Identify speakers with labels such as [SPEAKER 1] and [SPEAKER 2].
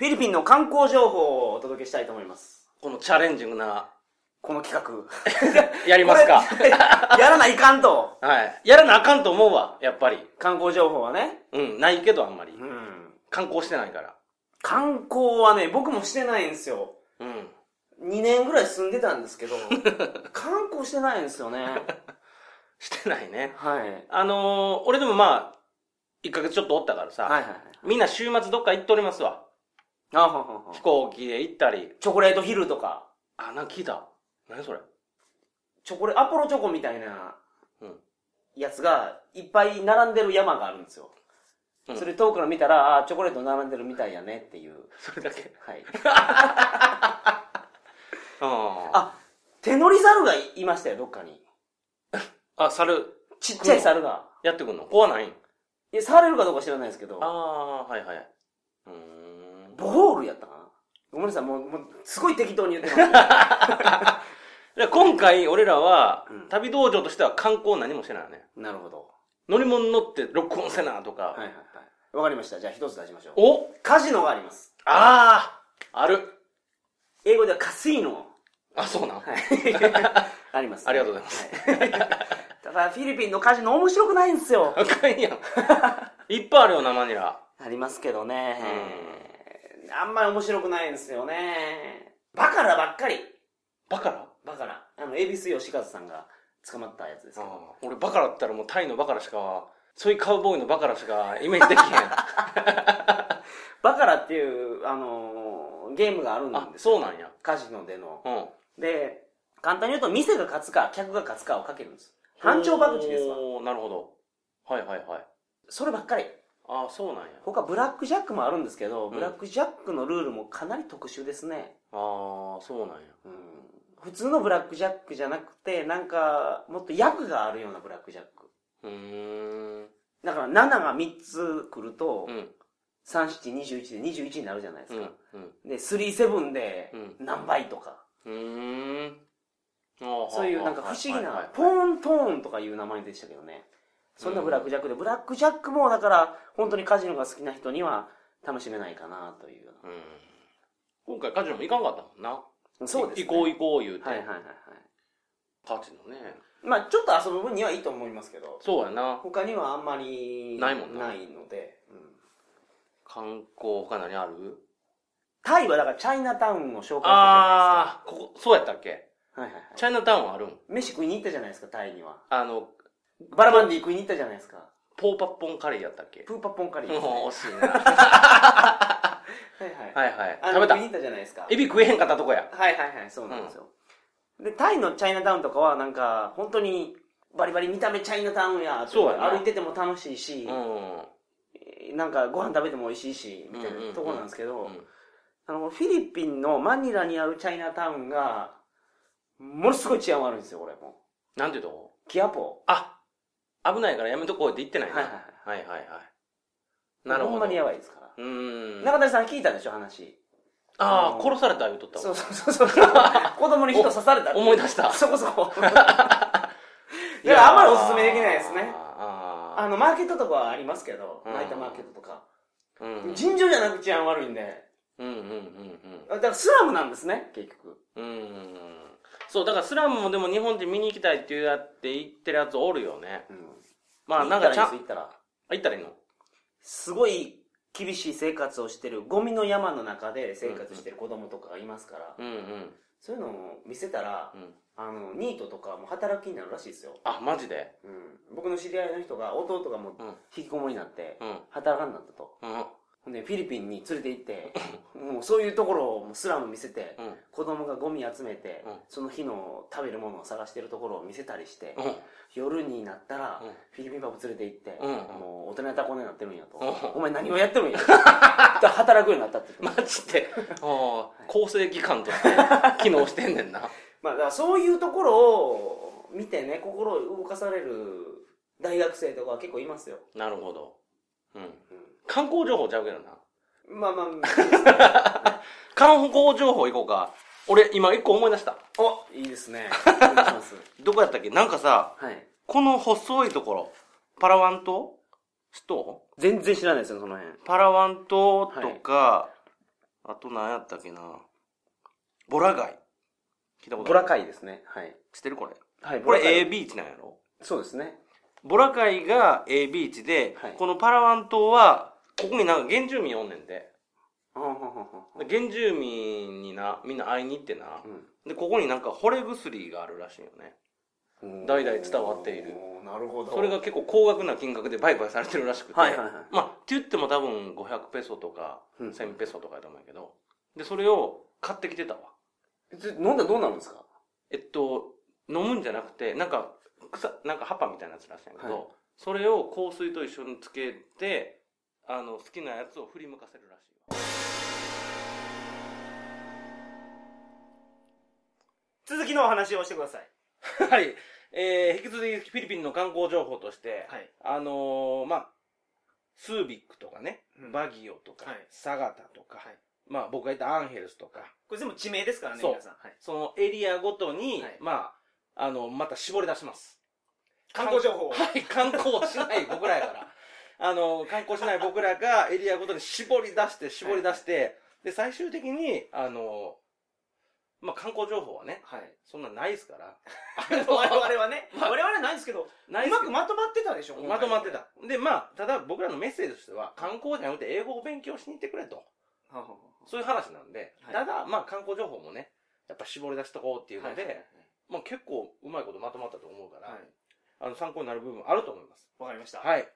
[SPEAKER 1] ィピンの観光情報をお届けしたいと思います。
[SPEAKER 2] このチャレンジングな、
[SPEAKER 1] この企画。
[SPEAKER 2] やりますか。
[SPEAKER 1] これ。 やらないかんと。
[SPEAKER 2] はい。やらなあかんと思うわ、やっぱり。
[SPEAKER 1] 観光情報はね。
[SPEAKER 2] うん、ないけどあんまり
[SPEAKER 1] う。ん。
[SPEAKER 2] 観光してないから。
[SPEAKER 1] 観光はね、僕もしてないんですよ。
[SPEAKER 2] うん。
[SPEAKER 1] 2年ぐらい住んでたん ですけど、観光してないんですよね。
[SPEAKER 2] してないね。
[SPEAKER 1] はい。
[SPEAKER 2] あのー、俺でもまあ、1ヶ月ちょっとおったからさ、
[SPEAKER 1] はいはいはい。
[SPEAKER 2] みんな週末どっか行っておりますわ。
[SPEAKER 1] あははは
[SPEAKER 2] 飛行機で行ったり。
[SPEAKER 1] チョコレートヒルとか、
[SPEAKER 2] あ、なんか聞いた。何それ。
[SPEAKER 1] チョコレ、アポロチョコみたいな
[SPEAKER 2] うん、
[SPEAKER 1] やつが、いっぱい並んでる山があるんですよ。
[SPEAKER 2] うん
[SPEAKER 1] それ遠くから見たら、あーチョコレート並んでるみたいやねっていう。
[SPEAKER 2] それだけ。
[SPEAKER 1] はい。
[SPEAKER 2] あ
[SPEAKER 1] あ、手乗り猿がいましたよ、どっかに。
[SPEAKER 2] あ。あ、猿、
[SPEAKER 1] ちっちゃい猿が。
[SPEAKER 2] やってくんの怖ないん
[SPEAKER 1] いや、触れるかどうか知らないですけど、
[SPEAKER 2] ああー、はいはい。うーん。
[SPEAKER 1] ボールやったかなごめんなさい、もう、もう、すごい適当に言ってます。
[SPEAKER 2] で今回、俺らは、
[SPEAKER 1] うん
[SPEAKER 2] 旅道場としては観光何もしてないよね。
[SPEAKER 1] なるほど。
[SPEAKER 2] 乗り物乗って録音せなとか。
[SPEAKER 1] はいはいはい。わかりました。じゃあ一つ出しましょう。
[SPEAKER 2] お
[SPEAKER 1] カジノがあります。
[SPEAKER 2] ああある。
[SPEAKER 1] 英語ではカスイノ。
[SPEAKER 2] あ、そうなん、
[SPEAKER 1] はい。あります、。
[SPEAKER 2] ありがとうございます
[SPEAKER 1] はい、ただ、フィリピンのカジノ面白くないんです よ。
[SPEAKER 2] あかんやん。 いっぱいあるよな、マニラ。
[SPEAKER 1] ありますけどね。あんまり面白くないんですよね。バカラばっかり。
[SPEAKER 2] バカラ
[SPEAKER 1] バカラ。あの、恵比寿吉和さんが捕まったやつですけど。
[SPEAKER 2] あー俺バカラって言ったらもうタイのバカラしか、そういうカウボーイのバカラしかイメージできへん。
[SPEAKER 1] バカラっていう、あのーゲームが あるん
[SPEAKER 2] あ、
[SPEAKER 1] ですよ。
[SPEAKER 2] そうなんや。
[SPEAKER 1] カジノでの。
[SPEAKER 2] うん。
[SPEAKER 1] で、簡単に言うと、店が勝つか、客が勝つかをかけるんです。繁盛博打ですわ。
[SPEAKER 2] おーなるほど。はいはいはい。
[SPEAKER 1] そればっかり。
[SPEAKER 2] ああ、そうなんや。
[SPEAKER 1] 他、ブラックジャックもあるんですけど、
[SPEAKER 2] ん
[SPEAKER 1] ブラックジャックのルールもかなり特殊ですね。
[SPEAKER 2] ああ、そうなんや。
[SPEAKER 1] うん普通のブラックジャックじゃなくて、なんか、もっと役があるようなブラックジャック。
[SPEAKER 2] うーん。
[SPEAKER 1] だから、7が3つ来ると、
[SPEAKER 2] うん。
[SPEAKER 1] 3、7、21で21になるじゃないです
[SPEAKER 2] うん
[SPEAKER 1] か。。
[SPEAKER 2] うん。
[SPEAKER 1] で、3、7で
[SPEAKER 2] うん、
[SPEAKER 1] 何倍とか。
[SPEAKER 2] うーん。そ
[SPEAKER 1] そういうなんか不思議
[SPEAKER 2] はいはい
[SPEAKER 1] な
[SPEAKER 2] は、い
[SPEAKER 1] ポーントーンとかいう名前でしたけどね。そんなブラックジャックで、ブラックジャックもだから、本当にカジノが好きな人には楽しめないかなというよう
[SPEAKER 2] うん今回カジノも行かんかったもんな。
[SPEAKER 1] な。そうです、ね。
[SPEAKER 2] 行こう行こう言うて。
[SPEAKER 1] はいはいはいはい。
[SPEAKER 2] カジノね。
[SPEAKER 1] まあちょっと遊ぶ分にはいいと思いますけど、
[SPEAKER 2] そうやな。
[SPEAKER 1] 他にはあんまり、
[SPEAKER 2] ないもんな
[SPEAKER 1] ないので。うん
[SPEAKER 2] 観光他何ある
[SPEAKER 1] タイはだからチャイナタウンを紹介したじゃ
[SPEAKER 2] ああ、ここ、そうやったっけ
[SPEAKER 1] ないですか。はいはいはい。
[SPEAKER 2] チャイナタウンあるん
[SPEAKER 1] 飯食いに行ったじゃないですか、タイには。
[SPEAKER 2] あの、
[SPEAKER 1] バラマンディ食いに行ったじゃないですか。
[SPEAKER 2] ポーパッポンカレーやったっけ
[SPEAKER 1] プーパッポンカリーですね。
[SPEAKER 2] もう
[SPEAKER 1] は
[SPEAKER 2] 惜しいな。はい
[SPEAKER 1] はい。
[SPEAKER 2] いはい。
[SPEAKER 1] あの
[SPEAKER 2] 食べた
[SPEAKER 1] 食いに。行ったじゃないですか。
[SPEAKER 2] エビ食えへんかったとこや。
[SPEAKER 1] はいはいはい、そうなんですよ。で、タイのチャイナタウンとかはなんか、本当に、バリバリ見た目チャイナタウンや、
[SPEAKER 2] そうやな
[SPEAKER 1] 歩いてても楽しいし、え
[SPEAKER 2] うん。
[SPEAKER 1] ーなんかご飯食べても美味しいし、みたい
[SPEAKER 2] うんうんう
[SPEAKER 1] なんとこなんですけど、
[SPEAKER 2] うん
[SPEAKER 1] あの、フィリピンのマニラにあるチャイナタウンが、ものすごい治安悪いんですよ、俺も。
[SPEAKER 2] なんていうとこ
[SPEAKER 1] キアポ。
[SPEAKER 2] あ、危ないからやめとこうって言ってないな。
[SPEAKER 1] はい
[SPEAKER 2] は
[SPEAKER 1] はい
[SPEAKER 2] いはいはい。なるほど。
[SPEAKER 1] んまにやばいですから。
[SPEAKER 2] うーん。
[SPEAKER 1] 中谷さん聞いたでしょ、話。
[SPEAKER 2] あ
[SPEAKER 1] あ
[SPEAKER 2] あ、
[SPEAKER 1] の
[SPEAKER 2] 殺された言うとった
[SPEAKER 1] そ
[SPEAKER 2] わ
[SPEAKER 1] うそうそうそう。 子供に人刺されたって
[SPEAKER 2] 思い出した。
[SPEAKER 1] そこそこ。 だからあんまりおすすめできないですね。あ
[SPEAKER 2] あ
[SPEAKER 1] の、マーケットとかはありますけど、
[SPEAKER 2] うん
[SPEAKER 1] ナイトマーケットとか。
[SPEAKER 2] ーあー。うん。
[SPEAKER 1] 尋常じゃなく治安悪いんで。
[SPEAKER 2] うんうん
[SPEAKER 1] だからスラムなんですね、結局。
[SPEAKER 2] うんうん。うん。そう、だからスラムもでも日本人見に行きたいっていうやって言ってるやつおるよね。まあなんかちゃん、
[SPEAKER 1] 行ったら、
[SPEAKER 2] あ行ったらいいの
[SPEAKER 1] すごい厳しい生活をしてる、ゴミの山の中で生活してる子供とかがいますから、
[SPEAKER 2] うんうん。
[SPEAKER 1] そういうのを見せたら
[SPEAKER 2] う、ん。
[SPEAKER 1] あの、ニートとかも働きになるらしいですよ。
[SPEAKER 2] あ、マジで
[SPEAKER 1] うん僕の知り合いの人が、弟がもう
[SPEAKER 2] うん
[SPEAKER 1] 引きこもりになって
[SPEAKER 2] う、 ん。
[SPEAKER 1] 働かんなったと。
[SPEAKER 2] うん。
[SPEAKER 1] ほんで、フィリピンに連れて行って、 もうそういうところをもうスラム見せて、
[SPEAKER 2] うん。
[SPEAKER 1] 子供がゴミ集めて、
[SPEAKER 2] うん
[SPEAKER 1] その日の食べるものを探してるところを見せたりして、
[SPEAKER 2] うん。
[SPEAKER 1] 夜になったら、
[SPEAKER 2] うん
[SPEAKER 1] フィリピンパブ連れて行って、
[SPEAKER 2] うん
[SPEAKER 1] もう大人やったらこんなになってるんやと、
[SPEAKER 2] うん
[SPEAKER 1] お前何をやってるん やだから働くようになったって言
[SPEAKER 2] マ
[SPEAKER 1] って
[SPEAKER 2] ジで。ああ、構成機関として機能してんね んな。
[SPEAKER 1] まあ、だからそういうところを見てね心を動かされる大学生とかは結構いますよ、
[SPEAKER 2] なるほど。うん。
[SPEAKER 1] う
[SPEAKER 2] 観光情報ちゃうけどな。
[SPEAKER 1] ん、まあまあ
[SPEAKER 2] 観光情報行こうか。俺、今一個思い出した。
[SPEAKER 1] おいいですねお願いします
[SPEAKER 2] どこやったっけなんかさ、
[SPEAKER 1] はい
[SPEAKER 2] この細いところ、パラワン島島
[SPEAKER 1] 全然知らないですよその辺
[SPEAKER 2] パラワン島とか、あと何やったっけなボラ貝聞いたこと
[SPEAKER 1] ボラ貝ですね。はい。
[SPEAKER 2] 知ってるこれ
[SPEAKER 1] はい、
[SPEAKER 2] こ
[SPEAKER 1] ボラ
[SPEAKER 2] れ A
[SPEAKER 1] 貝
[SPEAKER 2] ビーチなんやろ
[SPEAKER 1] そうですね。
[SPEAKER 2] ボラ貝が A ビーチで、
[SPEAKER 1] はい
[SPEAKER 2] このパラワン島はここになんか原住民おんねんで
[SPEAKER 1] ほんほんほんほんほん
[SPEAKER 2] 原住民になみんな会いに行ってな、でここになんか惚れ薬があるらしいよね
[SPEAKER 1] うん
[SPEAKER 2] 代々伝わっている。
[SPEAKER 1] おーなるほど。
[SPEAKER 2] それが結構高額な金額で売買されてるらしくて、
[SPEAKER 1] はいはいはい
[SPEAKER 2] まあって言っても多分500ペソとか
[SPEAKER 1] うん
[SPEAKER 2] 1000ペソとかやと思うんやけどでそれを買ってきてたわ
[SPEAKER 1] で飲んだらどうなるんですか
[SPEAKER 2] えっと飲むんじゃなくてなんか草なんか葉っぱみたいなやつらしいんやけど、
[SPEAKER 1] はい
[SPEAKER 2] それを香水と一緒につけてあの好きなやつを振り向かせるらしいわ
[SPEAKER 3] 続きのお話をしてください。
[SPEAKER 2] はい、えー、引き続きフィリピンの観光情報として、
[SPEAKER 3] はい。
[SPEAKER 2] あのーまあスービックとかね、
[SPEAKER 3] うん
[SPEAKER 2] バギオとか、
[SPEAKER 3] はい
[SPEAKER 2] サガタとか、
[SPEAKER 3] はい
[SPEAKER 2] まあ僕が言ったアンヘルスとか、
[SPEAKER 3] これ全部地名ですからね、
[SPEAKER 2] そう
[SPEAKER 3] 皆さん。はい。
[SPEAKER 2] そのエリアごとに、
[SPEAKER 3] はい
[SPEAKER 2] まあ、あの、また絞り出します。
[SPEAKER 3] 観光情報。
[SPEAKER 2] はい、観光しない僕らやから。あの、観光しない僕らがエリアごとに絞り出して、絞り出して、で、最終的に、あの、まあ、観光情報はね、
[SPEAKER 3] はい。
[SPEAKER 2] そんなないですから。
[SPEAKER 3] 我々はね、我々はないんですけど、う
[SPEAKER 2] ないっす
[SPEAKER 3] ま
[SPEAKER 2] け
[SPEAKER 3] く
[SPEAKER 2] ど
[SPEAKER 3] まとまってたでしょ、今
[SPEAKER 2] ま
[SPEAKER 3] 回
[SPEAKER 2] とまって。た。で、まあ、ただ僕らのメッセージとしては、観光じゃなくて英語を勉強しに行ってくれと。
[SPEAKER 3] ははは
[SPEAKER 2] そういう話なんで、
[SPEAKER 3] はい
[SPEAKER 2] ただ、まあ、観光情報もね、やっぱ絞り出しとこうっていうので、
[SPEAKER 3] はいはいはい
[SPEAKER 2] まあ、結構うまいことまとまったと思うから、
[SPEAKER 3] はい
[SPEAKER 2] あの、参考になる部分あると思います。
[SPEAKER 3] わかりました。
[SPEAKER 2] はい。